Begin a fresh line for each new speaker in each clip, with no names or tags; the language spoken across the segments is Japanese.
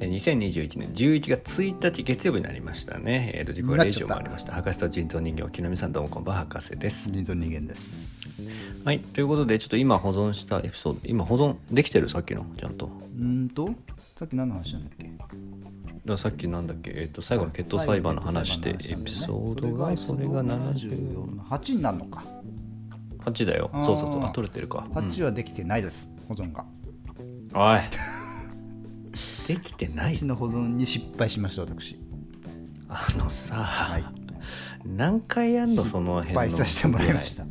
2021年11月1日月曜日になりましたね。えー、と時刻は0時を回りました。博士と人造人形、木南さんどうもこんばんは、博士です。
人造人間です。
はい、ということで、ちょっと今保存したエピソード、今保存できてるさっきの、ちゃんと。だか
うーんと、さっき何の話なんだっけ
らさっきなんだっけ、えー、と最後の決闘裁判の話で、エピソードが、それが78
74の8になるのか。
だよ。
あー
そうそうそう、あ、取れてるか。うん
8はできてないです、保存が。
おい。 できてない
8の保存に失敗しました、私。
あのさ、
い
何回やんのその辺の
失敗させてもらいました。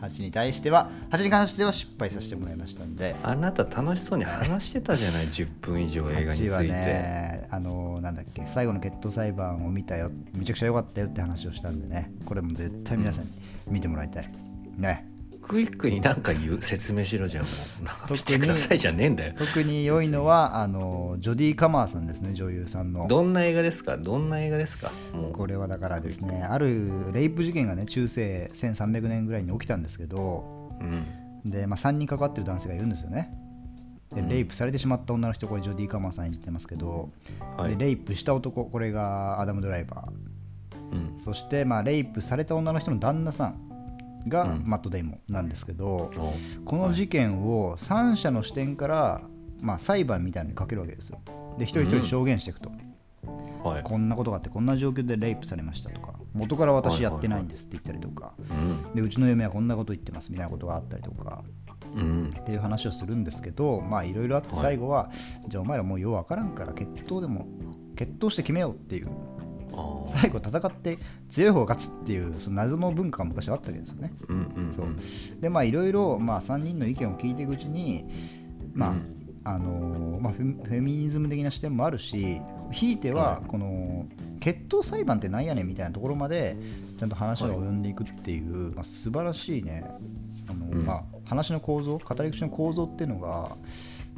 8に対しては、8に関しては失敗させてもらいましたんで、
あなた楽しそうに話してたじゃない10分以上映画につ
8
い
は
て、
ね、あの、なんだっけ、最後の決闘裁判を見たよ、めちゃくちゃ良かったよって話をしたんでね、これも絶対皆さんに見てもらいたい。ね。
クイックになんか言う説明しろじゃんもうなんか見てくださいじゃねえんだよ
特に良いのはあのジョディ・カマーさんですね女優さんの
どんな映画ですかどんな映画ですかもう
これはだからですねあるレイプ事件がね中世1300年ぐらいに起きたんですけど
うん
で、まあ、3人関わってる男性がいるんですよねでレイプされてしまった女の人これジョディ・カマーさん演じてますけど、
はい
でレイプした男これがアダム・ドライバ
うん
ーそして、まあ、レイプされた女の人の旦那さんが
うん
マット・デイモンなんですけど、
お
この事件を三者の視点から、まあ、裁判みたいにかけるわけですよ。で一人一人証言していくと、
はい
こんなことがあってこんな状況でレイプされましたとか元から私やってないんですって言ったりとか、
うん
でうちの嫁はこんなこと言ってますみたいなことがあったりとか
うん
っていう話をするんですけどまあいろいろあって最後は、じゃあお前らもうようわからんから決闘でも決闘して決めようっていう
あー
最後戦って強い方が勝つっていうその謎の文化が昔あったわけですよね。
うんうんうん
そうでまあいろいろ、まあ、3人の意見を聞いていくうちに、まあ
うん
あのーまあ、フェフェミニズム的な視点もあるしひいてはこの決闘裁判ってなんやねんみたいなところまでちゃんと話が及んでいくっていう、まあ、素晴らしいねあのー、
うん
まあ、話の構造語り口の構造っていうのが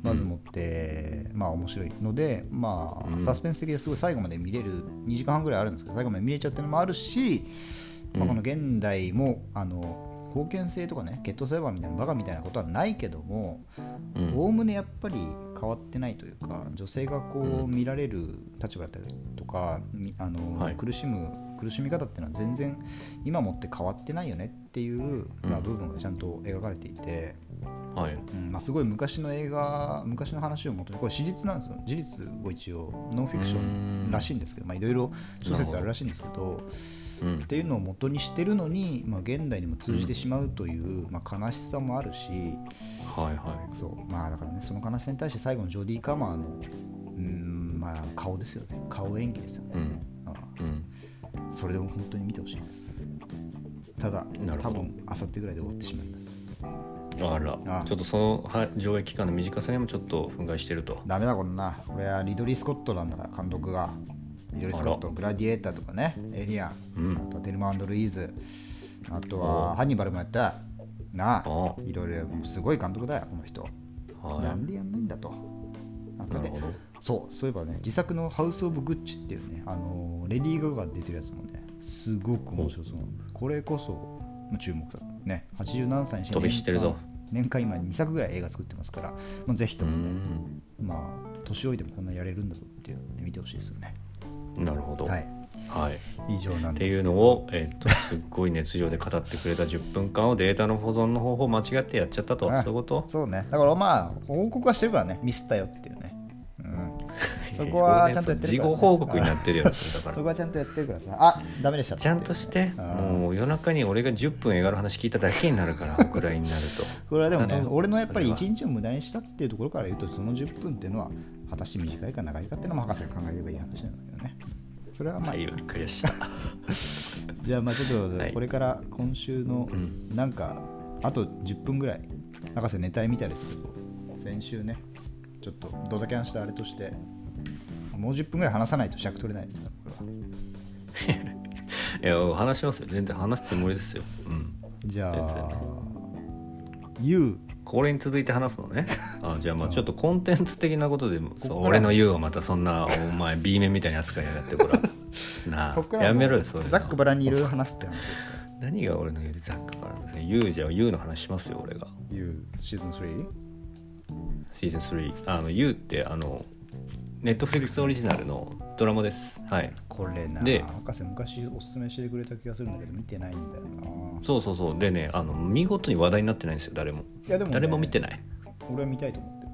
まずもって、まあ面白いので、ま
うん
あ、サスペンス的ですごい最後まで見れる2時間半ぐらいあるんですけど最後まで見れちゃってるのもあるし、まあ、この現代もあの封建制とかね血統裁判みたいなバカみたいなことはないけども
うん
おおむねやっぱり変わってないというか女性がこう見られる立場だったりとかみあの、
はい
苦しむ苦しみ方っていうのは全然今もって変わってないよねっていう、ま
う
あ、
ん
部分がちゃんと描かれていて、
はい
うんまあ、すごい昔の映画昔の話をもとにこれ史実なんですよ事実を一応ノンフィクションらしいんですけどまあいろいろ諸説あるらしいんですけど。
うん
っていうのを元にしてるのに、まあ、現代にも通じてしまうという、まあ、悲しさもあるし
はいは
そうまあだからねその悲しさに対して最後のジョディ・カマーのうんまあ顔ですよね顔演技ですよね
いうん
あ
うん
あそれでも本当に見てほしいですただ
なるほ
多
ど
分あさってぐらいで終わってしまいます
あら
あ
ちょっとそのは上映期間の短さにもちょっと憤慨してると
ダメだこんなこれはリドリー・スコットなんだから監督がリドリー・スコッ
あ
トグラディエーターとかねエイリアン、
うん
あとはテルマルイーズあとはハンニバルもやったなあ
あ
いろいろもうすごい監督だよこの人な
は
んでやんないんだと。あ
いな
こ
る
れ
ほ
で
ど
そうそういえばね自作の「ハウス・オブ・グッチ」っていうねあのレディー・ガガが出てるやつもねすごく面白そうこれこそまあ注目さね87歳にして
飛び知ってるぞ
年間今2作ぐらい映画作ってますから、まあ、ぜひと
う
もね、
ん
まあ年老いてもこんなやれるんだぞっていうのをね見てほしいですよね
なるほど
はい
はい
以上なん
っ
です
ていうのを、えっとすっごい熱量で語ってくれた10分間をデータの保存の方法間違ってやっちゃったとそう
あ
いうこと
そうねだからまあ報告はしてるからねミスったよっていうね、 うん、そこ
い
は
や
ちゃんとやって
事
るから、
後報告になってるやつだ
そ
か
こ
ら
はちゃんとやってるからさあダメでしたって
ちゃんとしてもう夜中に俺が10分映画の話聞いただけになるからぐらいになる
これはでもね
あの
俺のやっぱり
これは
一日を無駄にしたっていうところから言うとその10分っていうのは果たして短いか長いかっていうのも博士が考えればいい話なんだけどねそれは
と
まあ
はい
い
いわかりました
じゃあまあちょっ
はい
とこれから今週の
うん
なんかあと10分ぐらい博士ネタみたいですけど先週ねちょっとドタキャンしたあれとしてもう10分ぐらい話さないと尺取れないですからこれはい
や話しますよ全然話すつもりですよ、うん、
じゃ
全然
あ YOU
これに続いて話すのねあじゃあまあちょっとコンテンツ的なことでもそう
ここから
俺の言うをまたそんなお前 B 面みたいに扱いやがってほらな
ここか
あ
らは
や
もう
めろよそれな
ざっくばらんにいろいろ話すって話ですから
何が俺の言うでざっくばらんですね。ユーじゃユーの話しますよ、俺が。
YOU シーズン 3?
シーズン3。あの、ユーって、あの、ネットフリックスオリジナルのドラマです。はい。
これな
で
博士昔おすすめしてくれた気がするんだけど見てないんだよな
そうそうそう。でね、あの見事に話題になってないんですよ、誰も。
いやでもね
誰も見てない。
俺は見たいと思って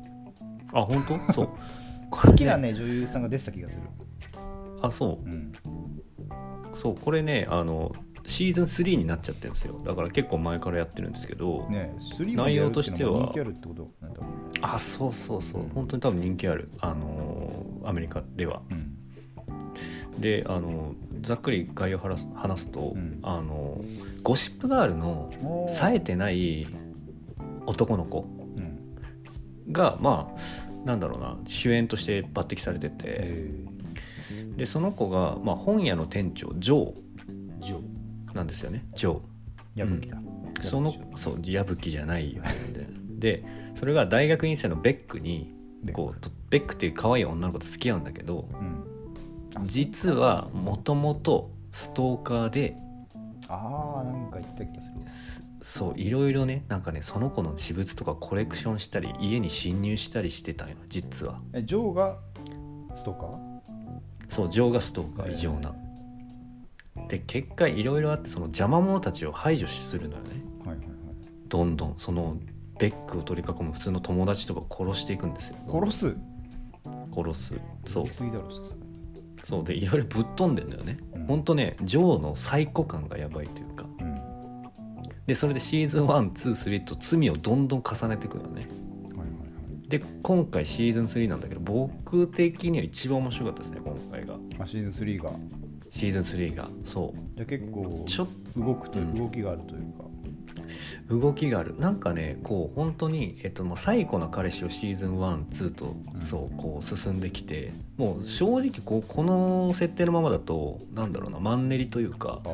る
あ、本 当？そう。
好きなね女優さんが出てた気がする
あ、そう
う。ん
そうこれねあのシーズン3になっちゃってるんですよだから結構前からやってるんですけど、
ねえスリー
内容としては
人気あるってことなんだろう
あそうそうそう本当に多分人気あるあのーアメリカでは
うん
であのーざっくり概要を話す話すと、
うん
あのーゴシップガールの
おー
冴えてない男の子
うん
がまあなんだろうな主演として抜擢されてて
え
でその子が、まあ、本屋の店長ジョ
ージョー
ーなんですよねジョー
矢吹だ
そのそう矢吹じゃないよででそれが大学院生のベックに
ベック
こうとベックっていう可愛い女の子と付き合うんだけど
うん
実はもともとストーカーで
ああなんか言った気がす
す
る
そういろいろねなんかねその子の私物とかコレクションしたり家に侵入したりしてたよ実は
えジョーがストーカー
そう情がストーカー異常な、で結果いろいろあってその邪魔者たちを排除するのよね
はいはいはい
どんどんそのベックを取り囲む普通の友達とかを殺していくんですよ
殺す
殺すそ
言
う
い過ぎだろさすがに
そうでいろいろぶっ飛んでんだよね、
うん
ほんとねジョーの最古感がやばいというか
うん
でそれでシーズン123と罪をどんどん重ねていくのね
はいはいはい
で今回シーズン3なんだけど僕的には一番面白かったですね今回が
あシーズン3が
シーズン3がそ
じゃあ結構
うちょっ
動くという、
うん
動きがあるというか
と動きがあるなんかねこう本当にえっとまあ最古な彼氏をシーズン12と
うん
そうこう進んできてもう正直こうこの設定のままだとなんだろうなマンネリというか
あ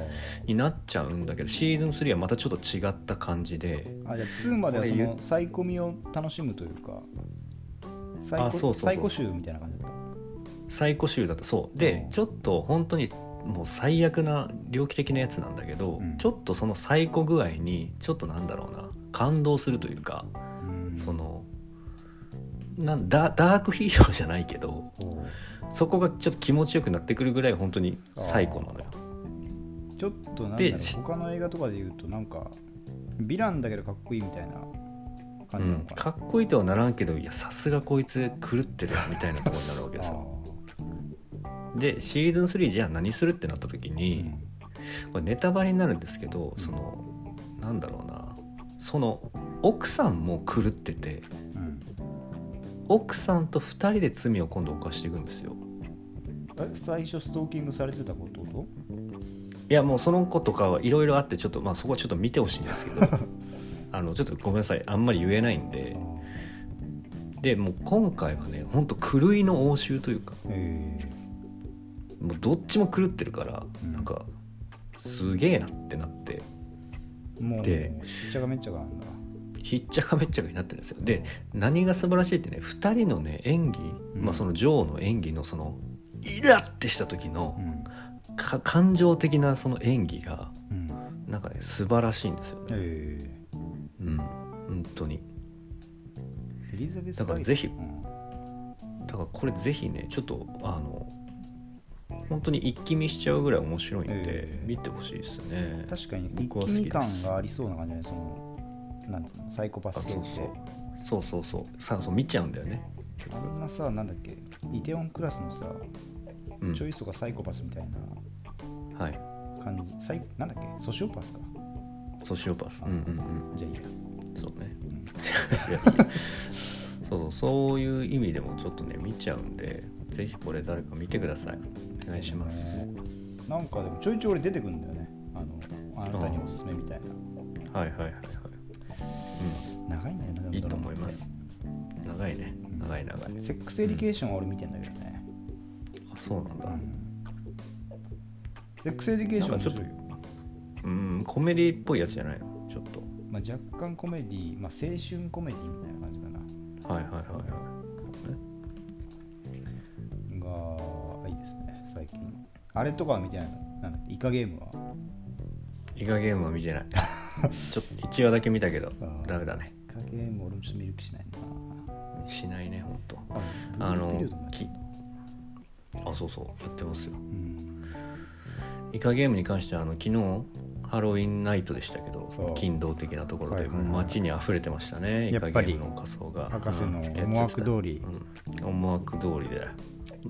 になっちゃうんだけどシーズン3はまたちょっと違った感じで
あじゃあ2まではそ
これ
の
言
サイコミを楽しむというかサイコ
あそうそうそう
サイコ集みたいな感じだっ
最古集だとそう
う
で
ん
ちょっと本当にもう最悪な猟奇的なやつなんだけど、
うん
ちょっとその最古具合にちょっとなんだろうな感動するというか
たうん
そのなんダダークヒーローじゃないけど
こ
そこがちょっと気持ちよくなってくるぐらい本当に最古なのよ。
うちょっとなんだろう
でし
他の映画とかで言うとなんかヴィランだけどかっこいいみたいな
う
感じなの
ん、
か
かっこいいとはならんけどいやさすがこいつ狂ってるみたいなところになるわけ
な、
です
ああ
よ。でシーズン3じゃあ何するってなった時
ー
に、これネタバレになるんですけど
うん
そのなんだろうなその奥さんも狂ってて
うん
奥さんと2人で罪を今度犯していくんですよ
うんえ最初ストーキングされてたことと
いやもうその子とかはいろいろあってちょっとまあそこはちょっと見てほしいんですけどあのちょっとごめんなさいあんまり言えないんででもう今回はねほんと狂いの応酬というか
あーえ
もうどっちも狂ってるから、
うん
なんかすげえなってなって
ーもう
で
しっちゃかめっちゃかなんだ
ひっちゃかめっちゃかになってるんですよで何が素晴らしいってね2人のね演技、
うん
まあ、そのジョーの演技のそのイラッてした時
う
の
ん
か感情的なその演技が
うん
なんかね素晴らしいんですよね
えー
うん本当に
エリザベス
だから
ワイト
ぜひ
うん
だからこれぜひねちょっとあの本当に一気見しちゃうぐらい面白いんで、
ええ
見てほしいですね
確かに一
僕は好
気
きです
に感がありそうな感じだねそのなんつうのサイコパス系って
あそうそうそうさあそう見ちゃうんだよね、
あんなさなんだっけイテオンクラスのさ
うん
チョイスがサイコパスみたい
はい
な感じサイなんだっけソシオパスか
ソシオパスうんうん
じゃあいいや
うんそうね
うん
いやいやそうそうそういう意味でもちょっとね見ちゃうんでぜひこれ誰か見てくださいお願いします
なんかでもちょいちょい俺出てくるんだよねあのあなたにおすすめみたい
はいはいはいはい、
な長いんだよねで
う
も
ん、いい
ド
と
ラマ
思います長いね長い長い
セックスエディケーションは俺見てんだけどね、
あそうなんだ
うんセックスエディケーションは
なんかちょっとうんコメディっぽいやつじゃないのちょっと
まあ、若干コメディ、まあ、青春コメディみたいな感じかな
はいはいはいは
がいいですね最近あれとかは見てないのなんだっけイカゲームはい
イカゲームは見 てないちょっと1話だけ見たけど
あー
ダメだね
イカゲーム俺もちょっと見る気しないな
しないねほんと
あ
あの
ピリオドもやってん
きあそうそうやってますよ
うん
イカゲームに関してはあの昨日ハロウィンナイトでしたけど
そう
勤労的なところ
はい
で
はいはい
もう街に溢れてましたねイ
やっ
カゲ
ぱり
ームの仮装が
博士の
うん
思惑通り
うん思惑通りで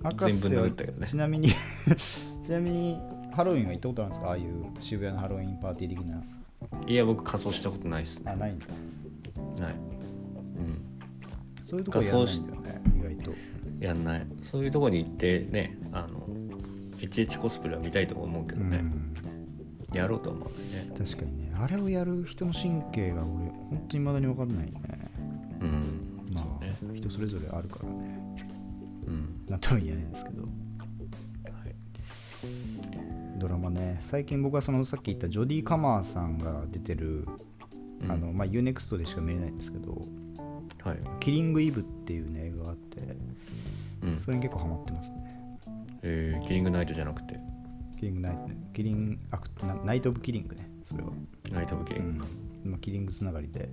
博
全
士
部
は
殴ったけどね
ちなみに ちなみにハロウィンは行ったことあるんですかああいう渋谷のハロウィンパーティー的ない
や僕仮装したことないっすね
あないんだ
ない、う
そういうところやらないんだよね意外と
ん、やんないそういうとこに行ってねあの HH コスプレは見たいと思うけど
う
ね、
ん
やろうとは思うね
確かにねあれをやる人の神経が俺本当にまだに分かんないね
うん
まあ
ね
人それぞれあるからね
うん
なんとも言えないですけど
はい
ドラマね最近僕はそのさっき言ったジョディ・カマーさんが出てる、
うん
あのまあ UNEXT でしか見れないんですけど
はい
「キリング・イブ」っていう、ね、映画があって、
うん
それに結構ハマってますね
えーキリングナイトじゃなくて
キリングナイトキリンアクナナイト・オブ・キリングねそれは、
ナイトオブキリ
う
ン
ん
グ、
まあ、キリングつながりで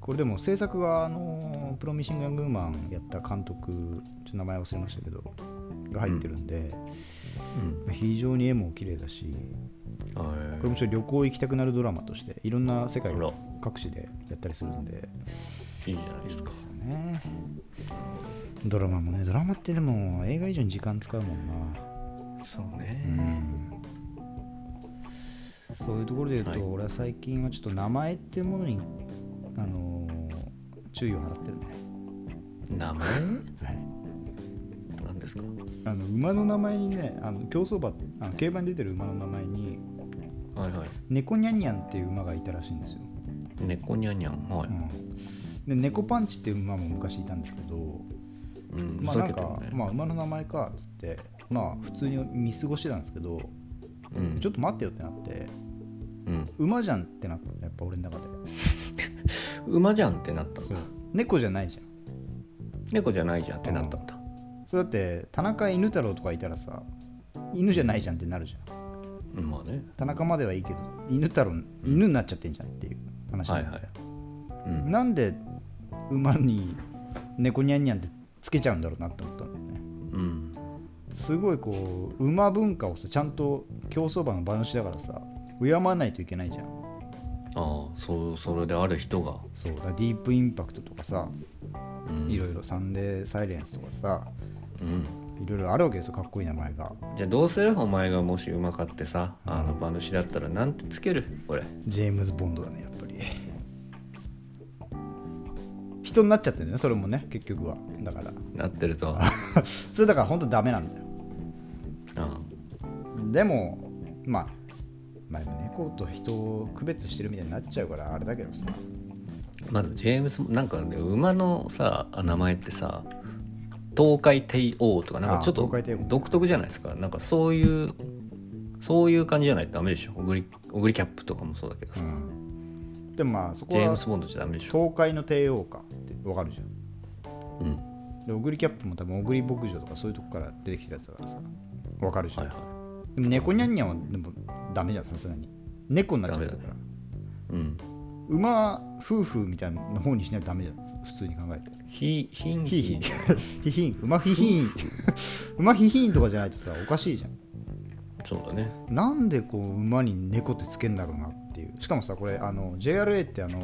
これでも制作があのプロミシング・ヤング・ウーマンやった監督ちょっと名前忘れましたけどが入ってるんで、
うん
非常に絵も綺麗だし
あー
これもちょっと旅行行きたくなるドラマとしていろんな世界
あら
各地でやったりするんで
いいじゃないですか
ねドラマもねドラマってでも映画以上に時間使うもんな
そう
う
ね
んそういうところで言うと、
はい
俺は最近はちょっと名前ってものにあのー注意を払ってるね、
名前
はい、
なんですか
あの馬の名前にねあの競走馬あの競馬に出てる馬の名前に
はいはい
猫ニャンニャンっていう馬がいたらしいんですよ
猫にゃにゃんはい、
で猫パンチっていう馬も昔いたんですけど、
うん、
まあ
ふ
な
ざけ
ん
てる
か、
ね、
まあ、馬の名前かっつってまあ普通に見過ごしてたんですけど、
うん、
ちょっと待ってよってなって
うん、
馬じゃんってなったのやっぱ俺の中で
馬じゃんってなったんだ
猫じゃないじゃん
猫じゃないじゃんってなったんだ、
それだって田中犬太郎とかいたらさ犬じゃないじゃんってなるじゃん
うん、まあね
田中まではいいけど犬太郎犬になっちゃってんじゃんっていう話になって、
はいはいうん
なんで馬に猫ニャンニャンってつけちゃうんだろうなって思ったんだよね
うん
すごいこう馬文化をさちゃんと競走馬の馬主だからさ敬わないといけないじゃん
ああそうそれである人が、
そうだからディープインパクトとかさ
うん、
いろいろサンデーサイレンスとかさ
うん、
いろいろあるわけですよかっこいい名前が
じゃあどうするお前がもし馬買ってさあの馬主だったらなんてつける俺
ジェームズ・ボンドだねやっぱり人になっちゃってるねそれもね結局はだから
なってるぞ
それだから本当ダメなんだよ
うん
でもまあまあ猫と人を区別してるみたいになっちゃうからあれだけどさ
まずジェームスなんかね馬のさ名前ってさ東海帝王とかなんかちょっ
あ
と
東海帝王
独特じゃないですかなんかそういうそういう感じじゃないとダメでしょオグリオグリキャップとかもそうだけどさ、
でもまあそこ
ジェー
は
ムス・ボンドじゃダメでしょ、
東海の帝王かってわかるじゃ
う
ん
ん、
で小栗キャップも多分小栗牧場とかそういうとこから出てきたやつだからさわかるじゃ
はい
ん、
は
でも猫ニャンニャンはでもダメじゃんさすがに猫になっちゃってるから、
いうん
馬夫婦みたいな方にしないとダメじゃん普通に考えて
ひひん
ヒ
ひ
ヒ
ん
ンヒヒン馬ヒヒン馬ヒヒンとかじゃないとさおかしいじゃん
そうだね
なんでこう馬に猫ってつけんだろうなっていうしかもさこれあの JRA ってあの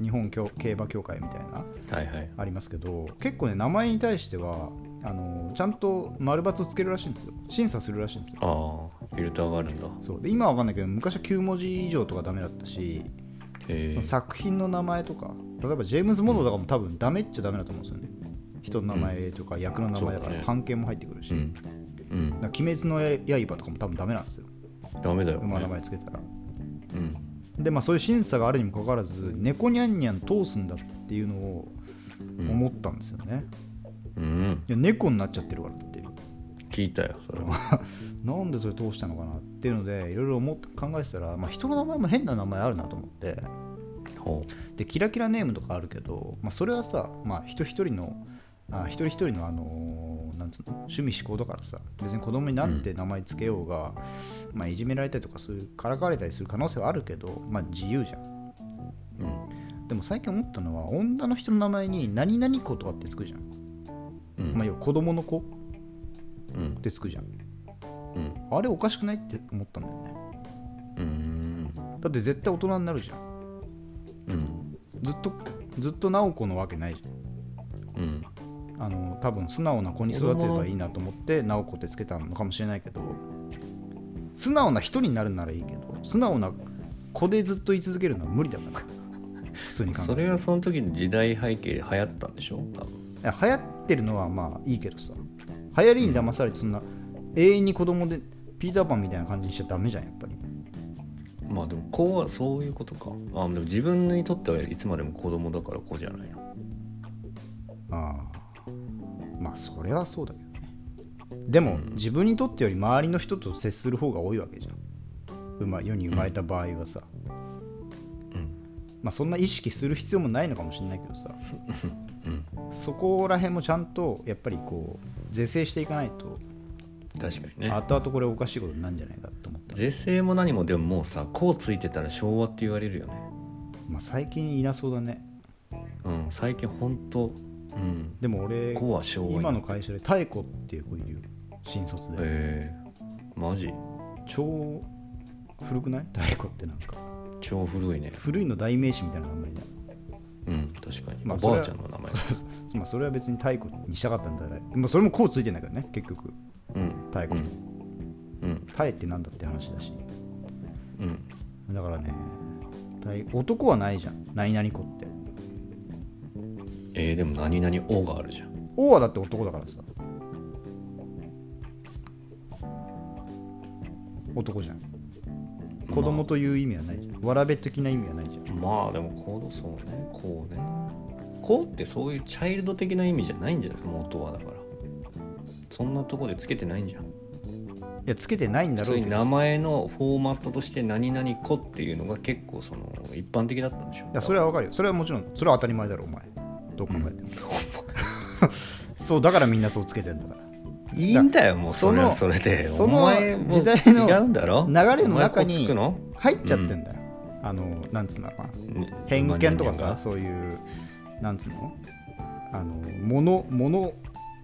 日本競競馬協会みたいな
はいはい
ありますけど結構ね名前に対してはあのちゃんと丸×をつけるらしいんですよ審査するらしいんですよ
ああフィルターがあるんだ
そうで今は分かんないけど昔は9文字以上とかダメだったし
へえ
その作品の名前とか例えばジェームズ・モンドとかも多分ダメっちゃダメだと思うんですよね人の名前とか役の名前だか
そうだ
ら
ね
判権も入ってくるし、
う
だ
んうん
から鬼滅の刃とかも多分ダメなんですよ
ダメだよ、
馬の名前つけたら
うん
でまあそういう審査があるにもかかわらず猫ニャンニャン通すんだっていうのを思ったんですよね、
うん
いや猫になっちゃってるからっていう
聞いたよそれは
なんでそれ通したのかなっていうのでいろいろ思って考えてたら、まあ、人の名前も変な名前あるなと思って
ほ
でキラキラネームとかあるけど、まあ、それはさ、まあ、人一人のあ一人一人の、あのーなんつうの趣味思考だからさ別に子供になんて名前つけようが、まあ、いじめられたりとかそういうからかわれたりする可能性はあるけど、まあ、自由じゃん
ううん
でも最近思ったのは女の人の名前に「何々子」とかってつくじゃん、
うん
まあ、要は子供の子
うん
ってつくじゃん
うん
あれおかしくないって思ったんだよね
うん
だって絶対大人になるじゃん
うん
ずっとずっと直子のわけないじゃん
うん
あの多分素直な子に育てればいいなと思って直子ってつけたのかもしれないけど素直な人になるならいいけど素直な子でずっと居続けるのは無理だから 普通に考え
そ
てい
れがその時の時代背景で流行ったんでしょ多分
や流行ってるのはまあいいけどさ流行りに騙されてそんな永遠に子供でピーターパンみたいな感じにしちゃダメじゃんやっぱり
まあでも子はそういうことかあでも自分にとってはいつまでも子供だから子じゃないの
ああまあそれはそうだけどねでも、自分にとってより周りの人と接する方が多いわけじゃんうま世に生まれた場合はさ、
うん
まあ、そんな意識する必要もないのかもしれないけどさ
うん
そこら辺もちゃんとやっぱりこう是正していかないと
確かにね
後々これおかしいことになるんじゃないかと思った、
是正も何もでももうさこうついてたら昭和って言われるよね
まあ、最近いなそうだね
うん最近ほんとうん
でも俺
こうは昭和
今の会社で妙子っていう子いるよ新卒で
えー、マジ
超古くない妙子ってなんか
超古いね
古いの代名詞みたいな名前じゃん
うん確かに、
まあ
お
それ
ば
は
あちゃんの名前
そうそうまあそれは別に太鼓にしたかったんだね。まあそれもこうついてないからね、結局。
うん
太
う
鼓
ん
に。
うん
太ってなんだって話だし。
うん
だからね、太男はないじゃん。何々子って。
えー、でも何々王があるじゃん
王はだって男だからさ。男じゃん。子供という意味はないじゃん。わらべ的な意味はないじゃん。
まあでもこうそうねこうねこうってそういうチャイルド的な意味じゃないんじゃない元はだからそんなとこでつけてないんじゃん
いや、つけてないんだ
普
ろ
通
う
に
けど
名
さ。
前のフォーマットとして何々子っていうのが結構その一般的だったんでしょ
いや、それはわかるよ。それはもちろん、それは当たり前だろ、お前。どう考えても。 そう、だからみんなそうつけてんだから。
いいんだよもう
そ
それ
の
はそれで
その
お前も
時代の
違うんだろ
流れの中に
お前こうつくの
入っちゃってんだよ、あのなんつうのかな偏見とかさそういうなんつうのあのものもの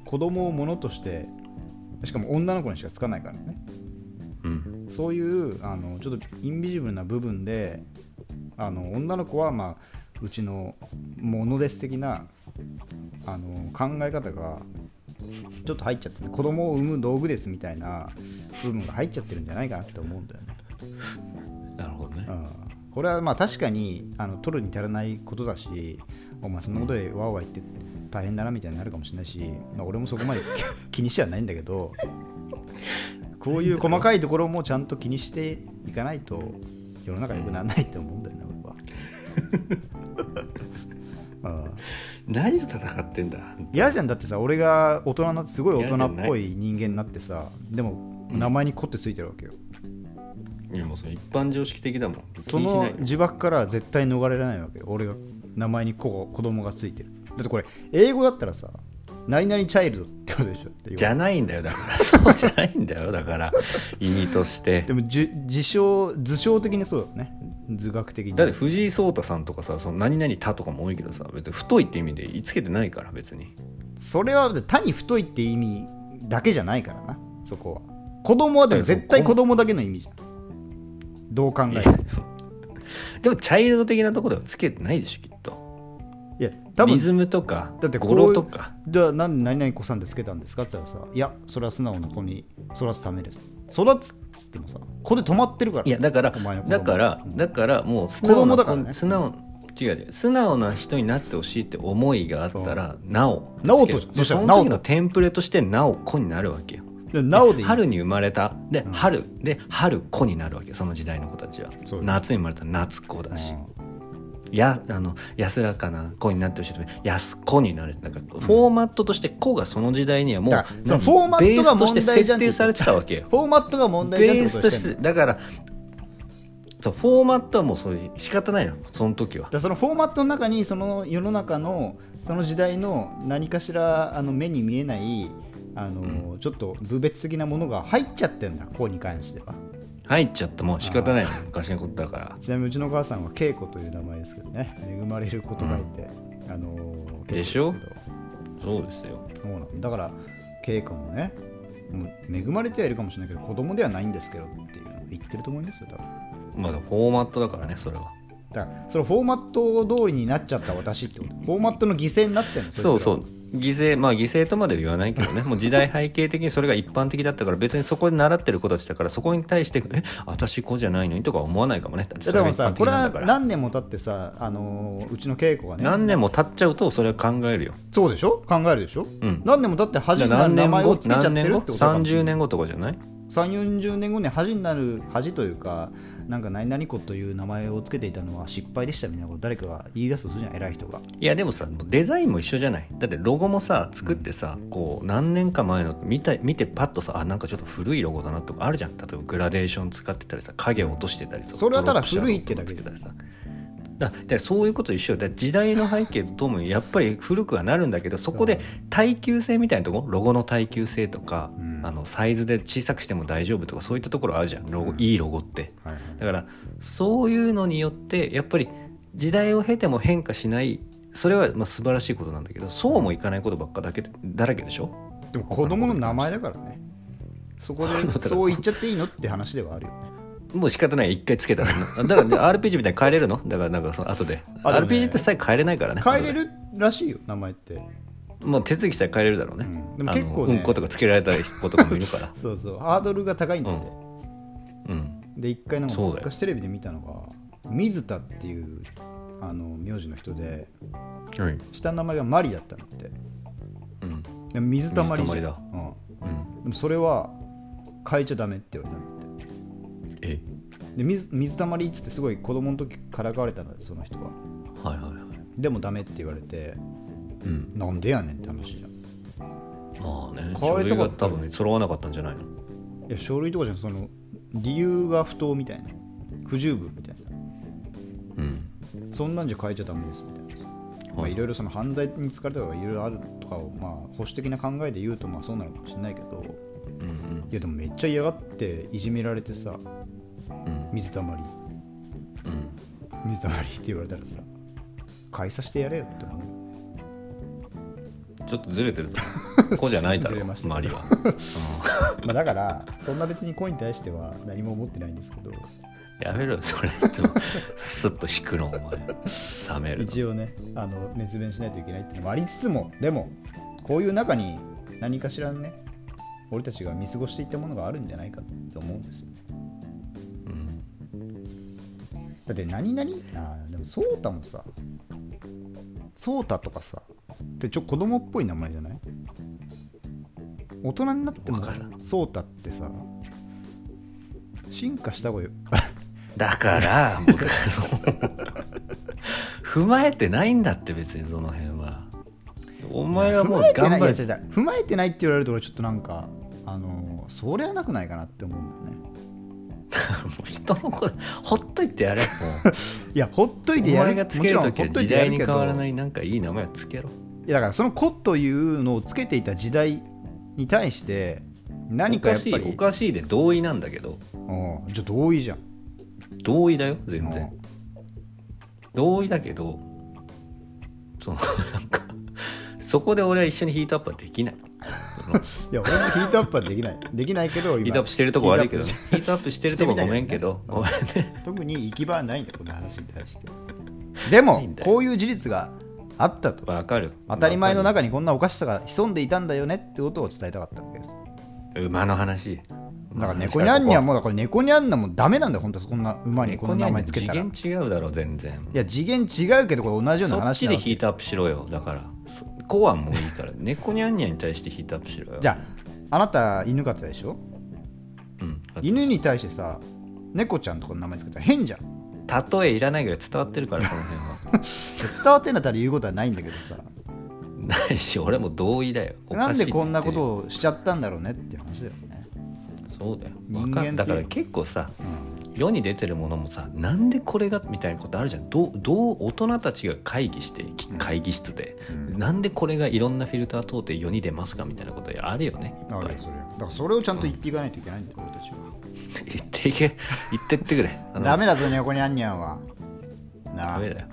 子供をものとしてしかも女の子にしかつかないからね
うん
そういうあのちょっとインビジブルな部分であの女の子は、まあ、うちのものです的なあの考え方がちょっと入っちゃって、ね、子供を産む道具ですみたいな部分が入っちゃってるんじゃないかなって思うんだよね。
なるほどね
うんこれはまあ確かにあの取るに足らないことだしお前そんなことでわーわー言って大変だなみたいになるかもしれないし、まあ、俺もそこまで気にしてはないんだけどこういう細かいところもちゃんと気にしていかないと世の中良くならないって思うんだよね俺は。うん
何と戦ってんだ
嫌じゃんだってさ俺が大人になってすごい大人っぽい人間になってさでも名前に「子」ってついてるわけよ、
いやもうそれ一般常識的だもん気
そ
にし
の
ない
呪縛からは絶対逃れられないわけよ俺が名前に子子供がついてるだってこれ英語だったらさ何々チャイルドってことでしょって
じゃないんだよだから そうじゃないんだよだから意味として
でもじゅ自称図称的にそうだよね図学的に
だって藤井聡太さんとかさその何々たとかも多いけどさ別に太いって意味でつけてないから別に
それは単に太いって意味だけじゃないからなそこは子供はでも絶対子供だけの意味じゃんどう考えても
でもチャイルド的なところではつけてないでしょきっと
いや多分
リズムとか
だってこう
語呂とか
じゃあなんで何々子さんでつけたんですかって言ったらさ「いやそれは素直な子に育つためです」育つっつってもさ子で止まってるから
いやだから
お前の子供
だからだからもう素
子
直
供
な
だから
子
ね
素直違う違う素直な人になってほしいって思いがあったらなお
なおと
つける
そしたら
そ
なお
の時
と
のテンプレとしてなお子になるわけよ
でなおでいい
春に生まれたで、春で春子になるわけよその時代の子たちは
そうだ
夏に生まれたら夏子だし、やあの安らかな子になってほしいと安子になるなんかフォーマットとして子がその時代にはもう
だからその
何
フォーマッ
ベ
トが
ースとして
問題じゃ
設
んって言って
定されてたわけよ
フォーマットが問題だって
ベース
ことを
と
してん
して
の
だからそうフォーマットはもうそういう仕方ないのその時は
だからそのフォーマットの中にその世の中のその時代の何かしらあの目に見えないあの、ちょっと分別的なものが入っちゃってんだ子に関しては
入っちゃってもう仕方ないの昔のことだから
ちなみにうちのお母さんは恵子という名前ですけどね恵まれること書いて、あの
でしょ
恵子すけど
そうですよ
そうなのだから恵子もねもう恵まれてはいるかもしれないけど子供ではないんですけどっていうのを言ってると思いますよ多分
まだフォーマットだからねそれは
だからそのフォーマット通りになっちゃった私ってことフォーマットの犠牲になってるのいつら
そうそう犠牲まあ犠牲とまでは言わないけどねもう時代背景的にそれが一般的だった から別にそこで習ってる子たちだからそこに対して「え私子じゃないのに」とか思わないかもねだって
い
そ
やで
れが
も
一
さ
般
こ
的
れ
なん
は
だから
何年も経ってさ、あのーうちの稽古がね
何年も経っちゃうとそれは考えるよ
そうでしょ考えるでしょ、
うん
何年も経って恥にな
何
る名
年
前を
後
つけちゃってる
何
って
年後
ことかもし
30
れない
年後とかじゃない
3 4 0年後に恥になる恥というかなんか何々子という名前をつけていたのは失敗でしたみたいなこと誰かが言い出すとするじゃん偉い人が
いやでもさデザインも一緒じゃないだってロゴもさ作ってさこう何年か前の見た見てパッとさあなんかちょっと古いロゴだなとかあるじゃん例えばグラデーション使ってたりさ影落としてたりさ
それはた
ドロ
だ
ップした
古いってだけ
ロゴつたりさだでそういうこと一緒よだ時代の背景とともにやっぱり古くはなるんだけどそこで耐久性みたいなところロゴの耐久性とか、
うん
あのサイズで小さくしても大丈夫とかそういったところあるじゃんロゴ、いいロゴって。
はいはい
だからそういうのによってやっぱり時代を経ても変化しないそれはまあ素晴らしいことなんだけどそうもいかないことばっかだけだらけでしょ
でも子供の名前だからね そこでそう言っちゃっていいのって話ではあるよ ね
もう仕方ない一回つけたらだから、 ね、RPG みたいに変えれるのだからなんかその後で
あでもね
RPG ってさえ変えれないからね
変えれるらしいよ名前って
後でもう手続きさえ変えれるだろうね、
うんでも
あの
結構ね
うんことかつけられた子とかもいる から
そうそうハードルが高いんだって、
うん
で一回なんか
そうだよ
昔テレビで見たのが水田っていうあの名字の人で
はい
下の名前がマリだったんだって
うん
でも水田マリ
水
じゃん
溜う
う
ん
ん、でもそれは変えちゃダメって言われたんだって
え
で水水たまりっつってすごい子供の時からかわれたんだってその人が
はいはいはい
でもダメって言われて
うん
なんでやねんって話じゃんい
まあね
変
書
え
類
たか
が
った
多分揃わなかったんじゃないの
や書類とかじゃんその理由が不当みたいな不十分みたいな
うん
そんなんじゃ変えちゃダメですみたいなさまあ
はい
いろいろその犯罪に疲れたとかいろいろあるとかをまあ保守的な考えで言うとまあそうなのかもしれないけど
うん
いやでもめっちゃ嫌がっていじめられてさ
うんうん
水たまり
うん
水たまりって言われたらさ変えさせてやれよって思う
ちょっとずれてる ぞ。子じゃないだ
ず
ろ、
れました
周りは。
まあだからそんな別に恋に対しては何も思ってないんですけど
やめろよ、それ。いつも、スッと引くの、お前。冷めるの。
一応ねあの熱弁しないといけないっていうのもありつつもでもこういう中に何かしらね俺たちが見過ごしていったものがあるんじゃないかと思うんですよね
うん
だって何々あーでもソータもさソータとかさってちょ子供っぽい名前じゃない大人になっても
わから
ソータってさ進化した方がよ
だから、もう、だからそう踏まえてないんだって、別にその辺は。お前はもう
踏まえてな
頑
い
張
い
れ。
や違う違う踏まえてないって言われると俺ちょっとなんかあのーそりゃなくないかなって思うんだよね
もう人の子、ほっといてやれ。もう
いやほっといて
お
やる
前がつけるときは
もちろんほっとい
時
てや
代
る
に
けど
変わらない、なんかいい名前をつけろ。
いやだからその「子」というのをつけていた時代に対して何かやっぱ
おかしい、お
り
かしいで同意なんだけど、
うんじゃあ同意じゃん
同意だよ、全
う
然
ん。
同意だけどそのなんかそこで俺は一緒にヒートアップはできないその
いや、俺もヒートアップはできない。できないけど、今。
ヒートアップしてるとこ悪いけどね
ヒー
ヒートアップしてるとこごめんけどごめんね
トアップ特に行き場はないんだ、この話に対して。でも
いん、だよ
こういう事実があったと。
わかる
当たり前の中にこんなおかしさが潜んでいたんだよねってことを伝えたかったわけです。
馬の話
だから、猫にゃんにはもう、だから猫にゃんなもんダメなんだよ、本当こんな馬にこ
猫
の
にゃ
名
んには
前つけ
次
たら。い
元違うだろ全然
や、次元違うけど、これ同じよう
そ
な
っ
話
ち
な
で
わけ
ヒートアップしろよだからそこはもういいから猫にゃんにゃんに対してヒートアップしろよ
じゃあ、あなた犬飼ってたでしょ
うん
犬に対してさ、猫ちゃんとかの名前つけたら変じゃん。
例えいらないぐらい伝わってるからこの辺は
伝わってんだったら言うことはないんだけどさ。
ないし俺も同意だよお
な
か
ん
しいっ
で
て
こんな
言っ
こ
てるよ
とをしちゃったんだろうねっていう話だよね。
そうだよわ
人間っ
か
て
んだから結構さ
うん
世に出てるものもさなんでこれがみたいなことあるじゃんどうどう大人たちが会議してき会議室で、
うん
なんでこれがいろんなフィルター通って世に出ますかみたいなことあるよねいっ
あ
ぱ
る
い
よそれだからそれをちゃんと言っていかないといけないんだよ、俺たちは。
言ってい け言ってってくれあの
ダメだぞ、猫にゃんにゃんは。な
ダ
あ
メだよ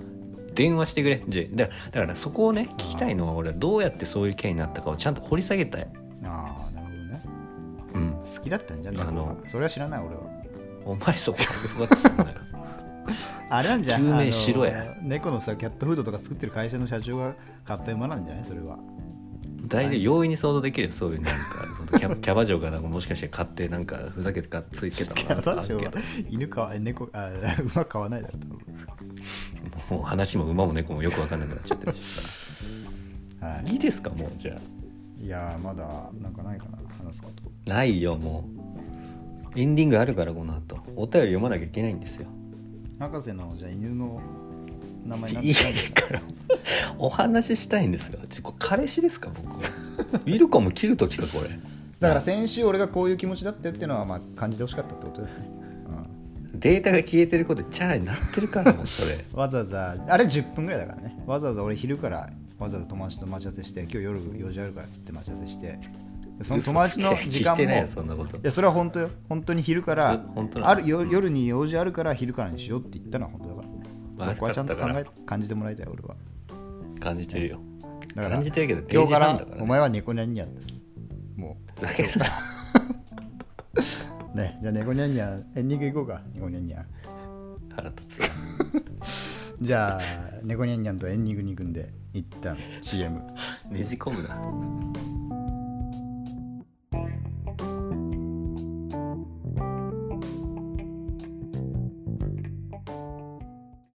電話してくれ J だだからそこをね聞きたいのは俺はどうやってそういう件になったかをちゃんと掘り下げたい
ああ、なるほどね。好きだったんじゃん
あの
猫がそれは知らない俺は
お前そこはふわっとす んなよ
あれなんじゃん
究明
あの
しろや
猫のさキャットフードとか作ってる会社の社長が買った馬なんじゃないそれは
大体容易に想像できるよそういうなんかほんとキャキャバ嬢がなんかもしかして買ってなんかふざけてかついてた
キャ
のかな
バ
ある
嬢
け
は犬か猫あ 馬買わないだろ多分
どもう話も馬も猫もよく分かんなくなっちゃってるし
はい
いですかもうじゃ
いやーまだなんかないかな話すこと
あないよもうエンディングあるからこの後お便り読まなきゃいけないんですよ
博士のじゃあ犬の名前なん
い
て
いからお話ししたいんですがちこれ彼氏ですか僕はウィルコム切る時かこれ
だから先週俺がこういう気持ちだったっていうのはまあ感じてほしかったってことだよね、
データが消えてることでチャラになってるからもうそれ
うん、わざわざあれ10分ぐらいだからねわざわざ俺昼からわざわざ友達と待ち合わせして今日夜用事あるからっつって待ち合わせしてその友達の時間
聞いてない
も
よそんなこと
いやそれは本当よ本当に昼から
え本当なの
あるよ夜に用事あるから昼からにしようって言ったのは本当だからね
悪かったか
そ
ら
こはちゃんと考え感じてもらいたい俺は
感じてるよ
だから
感じてるけどペ
今
ー
日
ジ
か
半
ら
だからね
お前は猫ニャンニャンですも
だけどな
うねじゃあ猫ニャンニャンエンディングいこうか猫ニャンニャン
腹立つ
じゃあ猫ニャンニャンとエンディングに行くんで一旦 CM
ねじ込むな